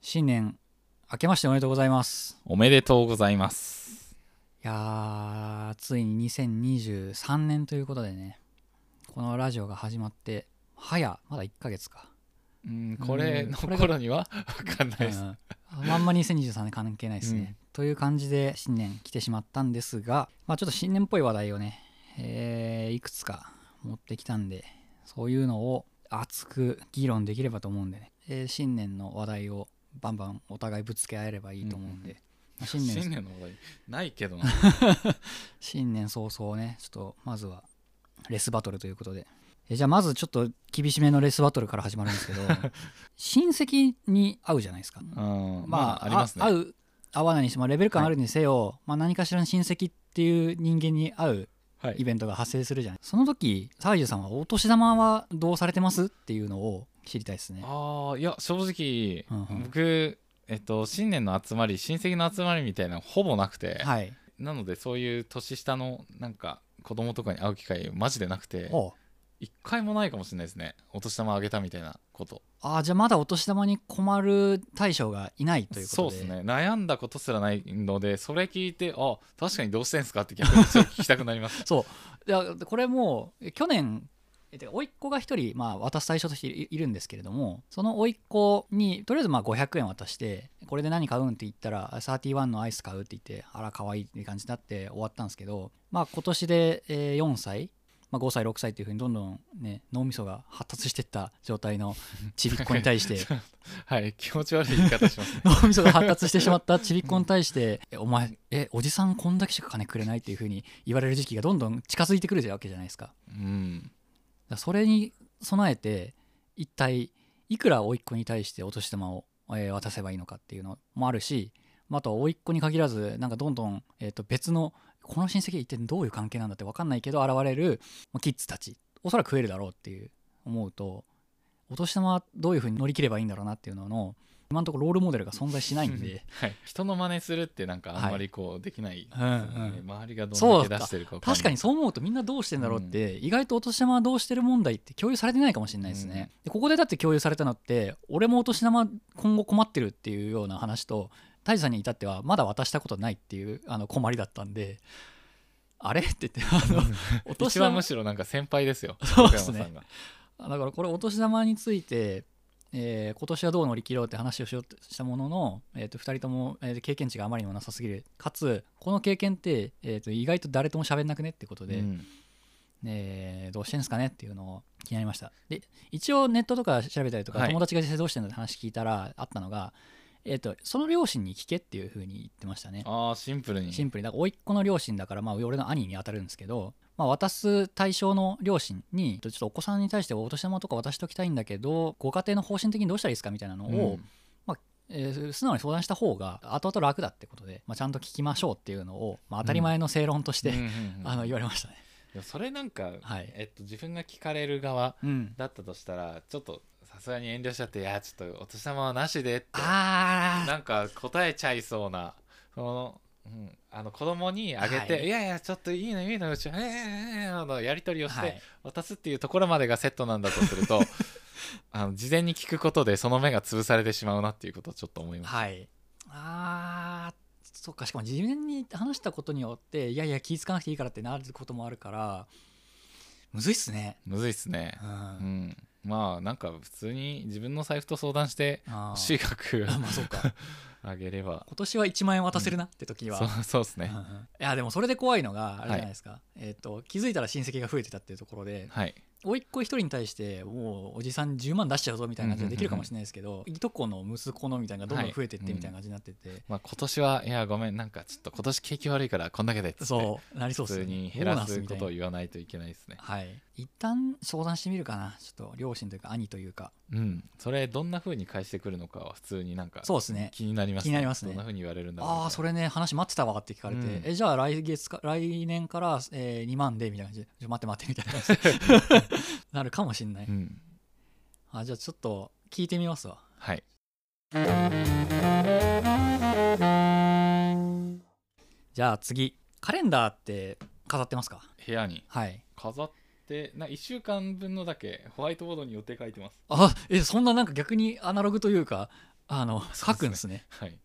新年明けましておめでとうございますおめでとうございます。いやーついに2023年ということでねこのラジオが始まって早まだ1ヶ月か、うん、うんこれの頃には 分かんないです。うん、あんま2023年関係ないですね、うんという感じで新年来てしまったんですが、まあ、ちょっと新年っぽい話題をね、えーいくつか持ってきたんでそういうのを熱く議論できればと思うんでね、えー新年の話題をバンバンお互いぶつけ合えればいいと思うんで、うんまあ新年新年の話題ないけどな。新年早々ねちょっとまずはレスバトルということでえじゃあまずちょっと厳しめのレスバトルから始まるんですけ ど親戚に会うじゃないですかうん、まあ、ありますね。会う会わないにしてもレベル感あるにせよ、まあ、何かしらの親戚っていう人間に会うはイい、ベントが発生するじゃないその時沢井さんはお年玉はどうされてますっていうのを知りたいですねああ、いや、正直、うんうん僕、えっと、新年の集まり、親戚の集まりみたいなのほぼなくて、はいなので、そういう年下のなんか子供とかに会う機会、マジでなくて、おう一回もないかもしれないですね。お年玉あげたみたいなこと。あーじゃあまだお年玉に困る対象がいないというこそとうでですね悩んだことすらないのでそれ聞いてあ確かにどうしてんすかって逆にちょっと聞きたくなりましたそういやこれもえ去年えてか甥っ子が一人、まあ、渡す対象としていいるんですけれどもその甥っ子にとりあえずまあ500円渡してこれで何買うんって言ったらあ31のアイス買うって言ってあら可愛いって感じになって終わったんですけど、まあ、今年でえー4歳、まあ、5歳6歳っていうふうにどんどん、ね、脳みそが発達していった状態のちびっ子に対してはい気持ち悪い言い方しますね脳みそが発達してしまったちびっ子に対して「えお前えおじさんこんだけしか金くれない」っていうふうに言われる時期がどんどん近づいてくるわけじゃないですか。 うんだからそれに備えて一体いくら甥っ子に対してお年玉を、えー渡せばいいのかっていうのもあるしまああとは甥っ子に限らずなんかどんどん、えー、と別のこの親戚一体どういう関係なんだって分かんないけど現れる、まあキッズたちおそらく食えるだろうっていう思うとお年玉はどういうふうに乗り切ればいいんだろうなっていうのの今のところロールモデルが存在しないんではい、人の真似するってなんかあんまりこうできない、 うんうんね周りがどんだけ出してるかわんない確かにそう思うとみんなどうしてんだろうって、意外とお年玉はどうしてる問題って共有されてないかもしれないですね、でここでだって共有されたのって俺もお年玉今後困ってるっていうような話と太治さんに至ってはまだ渡したことないっていうあの困りだったんであれって言ってあのお年一番玉むしろなんか先輩ですよそうですね横山さんがだからこれお年玉について、えー今年はどう乗り切ろうって話をしようとしたものの、えー、と2人とも、えーと経験値があまりにもなさすぎるかつこの経験って、えー、と意外と誰とも喋んなくねってことで、うんえーどうしてんすかねっていうのを気になりましたで一応ネットとか調べたりとか、はい友達が実際どうしてんのって話聞いたらあったのが、えー、とその両親に聞けっていうふうに言ってましたねああシンプルにシンプルにだから甥っ子の両親だから、まあ、俺の兄に当たるんですけど、まあ、渡す対象の両親にちょっとお子さんに対してお年玉とか渡しておきたいんだけどご家庭の方針的にどうしたらいいですかみたいなのを、うんえー素直に相談した方が後々楽だってことで、まあ、ちゃんと聞きましょうっていうのを、まあ、当たり前の正論として、うんうんうんあの言われましたね。でもそれなんか、はいえっと、自分が聞かれる側うん、だったとしたらちょっとさすがに遠慮しちゃっていやちょっとお年玉はなしでってあーなんか答えちゃいそうなその、うん、あの子供にあげて、はいい、やいやちょっといいのいいのうちはええええええあのやり取りをしはいて渡すっていうところまでがセットなんだとす ると、あの事前に聞くことでその目が潰されてしまうなっていうことをちょっと思います。はい、あーそっかしかも事前に話したことによっていやいや気ぃつかなくていいからってなることもあるからむずいっすね。むずいっすねう。うんん、まあなんか普通に自分の財布と相談してあ欲しーい額あまあそうか あげれば今年は1万円渡せるなって時には、そうそうですうんね。うんいやでもそれで怖いのがあれじゃないですか、えー、と気づいたら親戚が増えてたっていうところではい。甥っ子一人に対してもうおじさん10万出しちゃうぞみたいな感じでできるかもしれないですけど、いとこの息子のみたいなのがどんどん増えてってみたいな感じになってて、まあ今年はいやごめんなんかちょっと今年景気悪いからこんだけでっつってそうなりそう普です通よねに減ボーらナスすみたこいなとを言わないといけないですね。はい一旦相談してみるかなちょっと両親というか兄というかうん、それどんな風に返してくるのかは普通になんかそうですね気になります気になりますねどんな風に言われるんだろうああーそれれね話待ってたわって聞かれて、うんえじゃあ来月か来年から、えー2万でみたいな感じでちょ待って待ってみたいな感 じでなるかもしんない、うんあじゃあちょっと聞いてみますわはいじゃあ次カレンダーって飾ってますか部屋にはい飾ってな1週間分のだけホワイトボードに予定書いてますあえそんななんか逆にアナログというかあの書くんですねはい、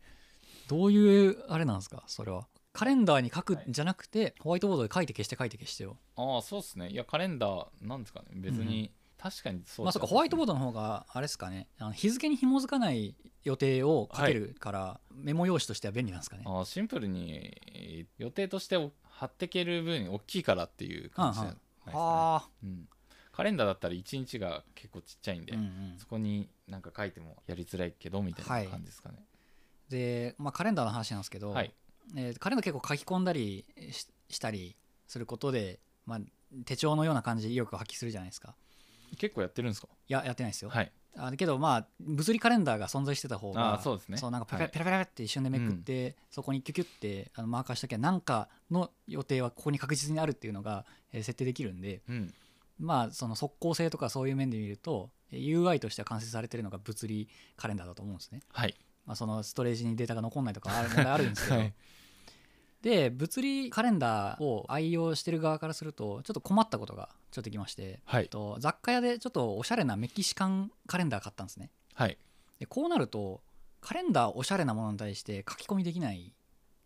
どういうあれなんですかそれはカレンダーに書くんじゃなくて、ホワイトボードで書いて消して書いて消してよああそうですねいやカレンダーなんですかね別に、確かにそうまあそうかホワイトボーードの方があれですかねあの日付に紐づかない予定を書けるから、メモ用紙としては便利なんですかねああシンプルにえー予定として貼ってける分大きいからっていう感じじゃないですか、あねうん、カレンダーだったら1日が結構ちっちゃいんで、ー、うんうんそこになんか書いてもやりづらいけどみたいな感じですかねで、まあ、カレンダーの話なんですけど、はい、えーカレンダー結構書き込んだりししたりすることで、まあ、手帳のような感じで威力を発揮するじゃないですか結構やってるんですかいややってないですよ、はいあだけどまあ物理カレンダーが存在してた方があーそうですねなんかペはラいペラペラって一瞬でめくって、そこにキュキュってあのマーカーしときゃなんかの予定はここに確実にあるっていうのが、えー設定できるんでうんまあその速効性とかそういう面で見るとえー UI としては完成されてるのが物理カレンダーだと思うんですね、はいまあ、そのストレージにデータが残んないとかある問題あるんですけど、はいで物理カレンダーを愛用してる側からするとちょっと困ったことがちょっとできまして、はえっいと、雑貨屋でちょっとおしゃれなメキシカンカレンダー買ったんですねはいでこうなるとカレンダーおしゃれなものに対して書き込みできない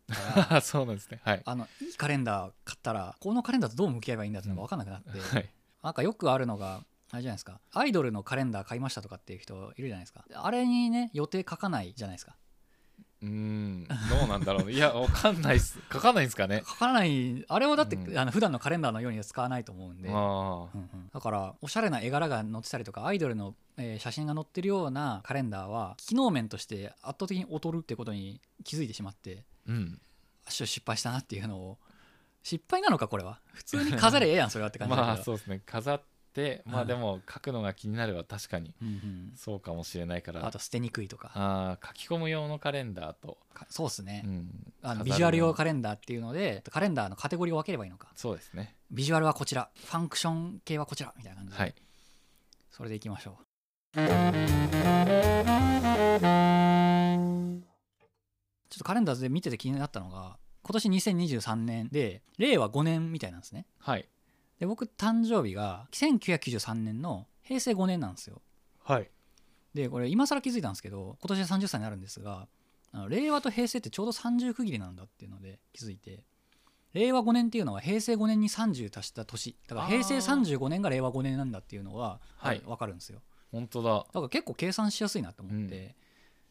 から あ そうなんですねはいあのいいカレンダー買ったらこのカレンダーとどう向き合えばいいんだっていうのが分かんなくなって、はいなんかよくあるのがあれじゃないですかアイドルのカレンダー買いましたとかっていう人いるじゃないですかあれにね予定書かないじゃないですかうーんどうなんだろ うねいやわかんないっす書かないんですかね書かないあれをだって、うんあの普段のカレンダーのようには使わないと思うんで、あうんうんだからおしゃれな絵柄が載ってたりとかアイドルの、えー写真が載ってるようなカレンダーは機能面として圧倒的に劣るってことに気づいてしまってあうんあ失敗したなっていうのを失敗なのかこれは普通に飾れええやんそれはって感じだけど、まあそうですね飾ってまうあんでも書くのが気になれば確かにうんそうかもしれないかうん、あらと捨てにくいとかあー書き込む用のカレンダーと、かそうっすね、うんあの飾るビジュアル用カレンダーっていうのでカレンダーのカテゴリーを分ければいいのかそうですねビジュアルはこちらファンクション系はこちらみたいな感じで、はいそれでいきましょうちょっとカレンダーで見てて気になったのが今年2023年で令和5年みたいなんですねはいで僕誕生日が1993年の平成5年なんですよはいでこれ今更気づいたんですけど今年で30歳になるんですがあの令和と平成ってちょうど30区切りなんだっていうので気づいて令和5年っていうのは平成5年に30足した年だからあー平成35年が令和5年なんだっていうのははいあのわかるんですよ本当だだから結構計算しやすいなと思って、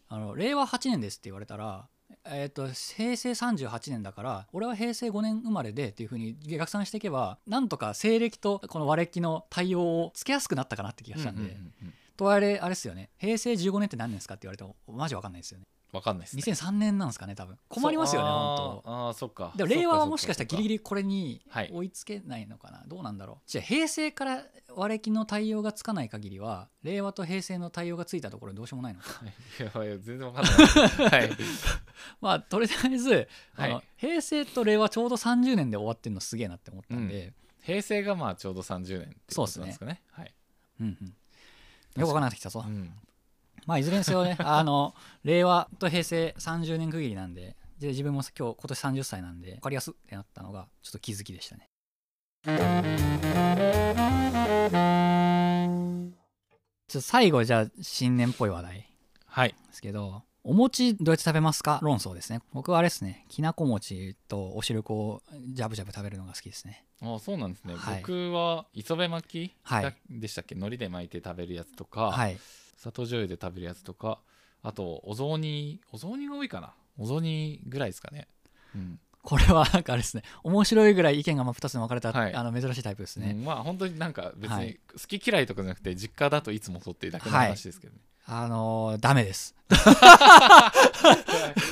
あの令和8年ですって言われたらえー、と平成38年だから俺は平成5年生まれでっていうふうに逆算していけばなんとか西暦とこの和暦の対応をつけやすくなったかなって気がしたんで、うんうんうんうんとあれあれですよね平成15年って何年ですかって言われてもマジわかんないですよねわかんないですね2003年なんですかね多分困りますよねそう本あーあーそっか当でも令和はもしかしたらギリギリリこれにはい追いつけないのかなどうなんだろうじゃあ平成から和暦の対応がつかない限りは令和と平成の対応がついたところどうしようも ないのかいやいや全然わかんないはい まあとりあえずあはいの平成と令和ちょうど30年で終わってるのすげえなって思ったんで平成がまあちょうど30年っていうことなんですかねはいうんうんよくわからなくなってきたぞうんまあいずれにせよね あの令和と平成30年区切りなんでで自分も今日今年30歳なんで分かりやすってなったのがちょっと気づきでしたねちょっと最後じゃあ新年っぽい話題はいですけどお餅どうやって食べますか論争ですね僕はあれですねきなこ餅とお汁粉をジャブジャブ食べるのが好きですねああそうなんですね、はい僕は磯辺巻きはいだでしたっけ海苔で巻いて食べるやつとか、はい砂糖醤油で食べるやつとかあとお雑煮お雑煮が多いかなお雑煮ぐらいですかねうん、これはなんかあれですね面白いぐらい意見が2つに分かれた、はいあの珍しいタイプですね、うんまあ本当になんか別はにい好き嫌いとかじゃなくて実家だといつもそうっていうだけの話ですけどね、 あのーダメです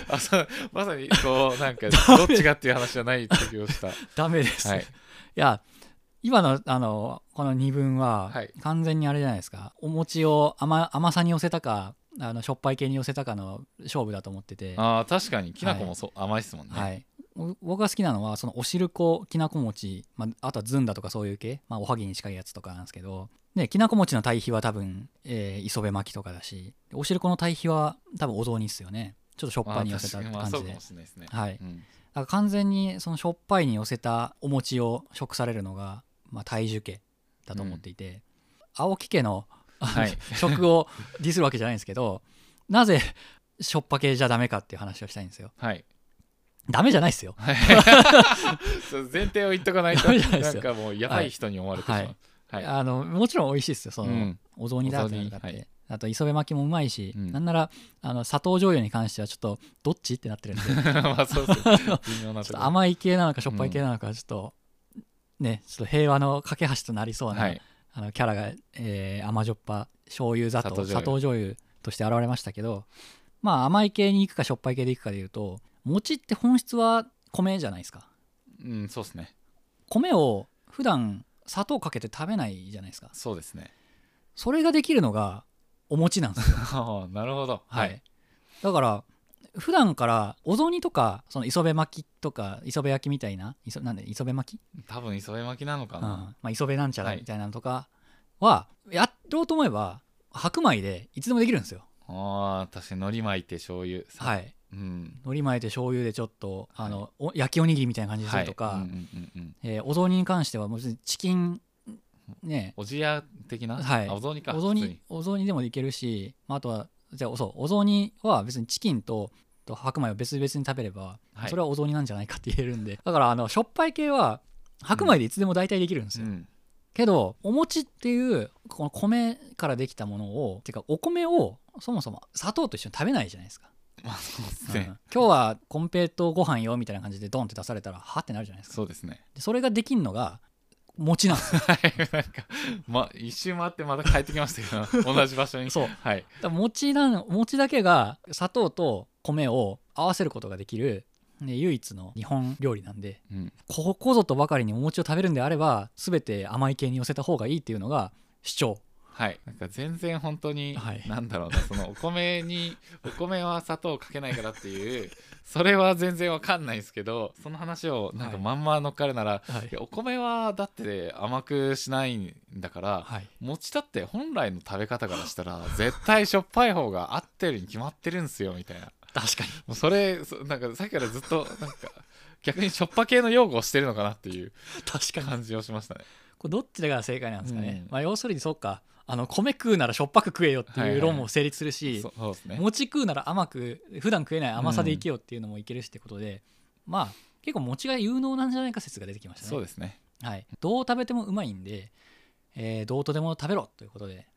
あそうまさにこう なんかどっちがっていう話じゃない時をしたはダメです、いい、や今のあのこの二文ははい完全にあれじゃないですか、お餅を甘甘さに寄せたかあのしょっぱい系に寄せたかの勝負だと思ってて、あー確かにきなこもそう、甘いですもんね、はい、お僕が好きなのはそのおしるこきなこ餅、まあ、あとはずんだとかそういう系、まあ、おはぎに近いやつとかなんですけどできなこ餅の対比は多分、えー磯辺巻きとかだしおしるこの対比は多分お雑煮っすよねちょっとしょっあーぱいに寄せたって確かにまあ感じそうかでもしれないですね、はいうんだから完全にそのしょっぱいに寄せたお餅を食されるのが、まあ、大樹家だと思っていて、青木家の,あの、はい食をディスるわけじゃないんですけどなぜしょっぱ系じゃダメかっていう話をしたいんですよはい。ダメじゃないですよそう前提を言っとかないと、 ダメじゃないでなすんよかもうやばい人に思われてしまう。はい。あのもちろん美味しいですよそうの、ん。 お雑煮だってなるかって、お雑煮はいあと磯辺巻きもうまいし、うんなんならあの砂糖醤油に関してはちょっとどっちってなってるんでちょっま あそうですね。微妙なとことろ。甘い系なのかしょっぱい系なのかちょっと、ねちょっと平和の架け橋となりそうな、はい。あのキャラが、えー甘じょっぱ醤油砂糖砂糖砂糖醤油として現れましたけどまあ甘い系に行くかしょっぱい系で行くかでいうと餅って本質は米じゃないですかうん、そうですね。米を普段砂糖かけて食べないじゃないですかそうですね。 それができるのがお餅なんですよああなるほど。 はい、。だから普段からお雑煮とかその磯辺巻きとか磯辺焼きみたいな磯なんで磯辺巻き、多分磯辺巻きなのうかんな。まあ、磯辺なんちゃらはいみたいなのとかは、やろうと思えば白米でいつでもできるんですよああ確かに海苔巻いて醤油。。はいいうん。海苔巻いて醤油でちょっとあの、お焼きおにぎりみたいな感じにするとか、はいうんうんうんうん。えーお雑煮に関してはもう別にチキンねおじや的な。はいあお雑煮か。お雑普通に煮。お雑煮でもいけるし、まあ、あとはじゃあそうお雑煮は別にチキンとと白米を別々に食べればはい。それはお雑煮なんじゃないかって言えるんでだからあのしょっぱい系は白米でいつでも大体できるんですうよ、ん。けどお餅っていうこの米からできたものをてかお米をそもそも砂糖と一緒に食べないじゃないですか、まあそうですうんね今。日はコンペイトーご飯よみたいな感じでドンって出されたらはってなるじゃないですかそうですね。 でそれができんのが餅 なんですよはい、なんか、ま、一周回ってまた帰ってきましたけど、同じ場所に。そうはい。だから餅なん餅だけが砂糖と米を合わせることができる、ね、唯一の日本料理なんでうん。ここぞとばかりにお餅を食べるんであれば全て甘い系に寄せた方がいいっていうのが主張はい。なんか全然本当に、はいなんだろうな、そのお米 に、お米は砂糖をかけないからっていう、それは全然わかんないですけど、その話をなんかはいまんま乗っかるなら、いはい、やお米はだって甘くしないんだから、はい、餅だって本来の食べ方からしたら、絶対しょっぱい方が合ってるに決まってるんすよ、みたいな。確かにもうそれそなんかさっきからずっとなんか逆にしょっぱ系の用語をしてるのかなっていう確かに感じをしましたね。 これどっちが正解なんですかね、うんまあ要するにそっかあの米食うならしょっぱく食えよってはいいはうい論も成立するし、そそうですね。餅食うなら甘く普段食えない甘さでいけよっていうのもいけるしってことで、まあ結構餅が有能なんじゃないか説が出てきましたねそうですね。はい、どう食べてもうまいんで、えーどうとでも食べろということで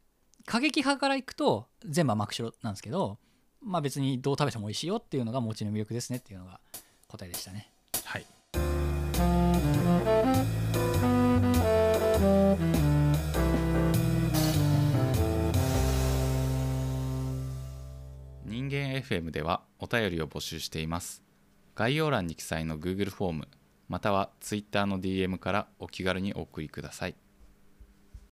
過激派からいくと全部甘くしろなんですけど、まあ、別にどう食べても美味しいよっていうのが餅の魅力ですねっていうのが答えでしたねはい。人間 FM ではお便りを募集しています。概要欄に記載の Google フォームまたは Twitter の DM からお気軽にお送りください。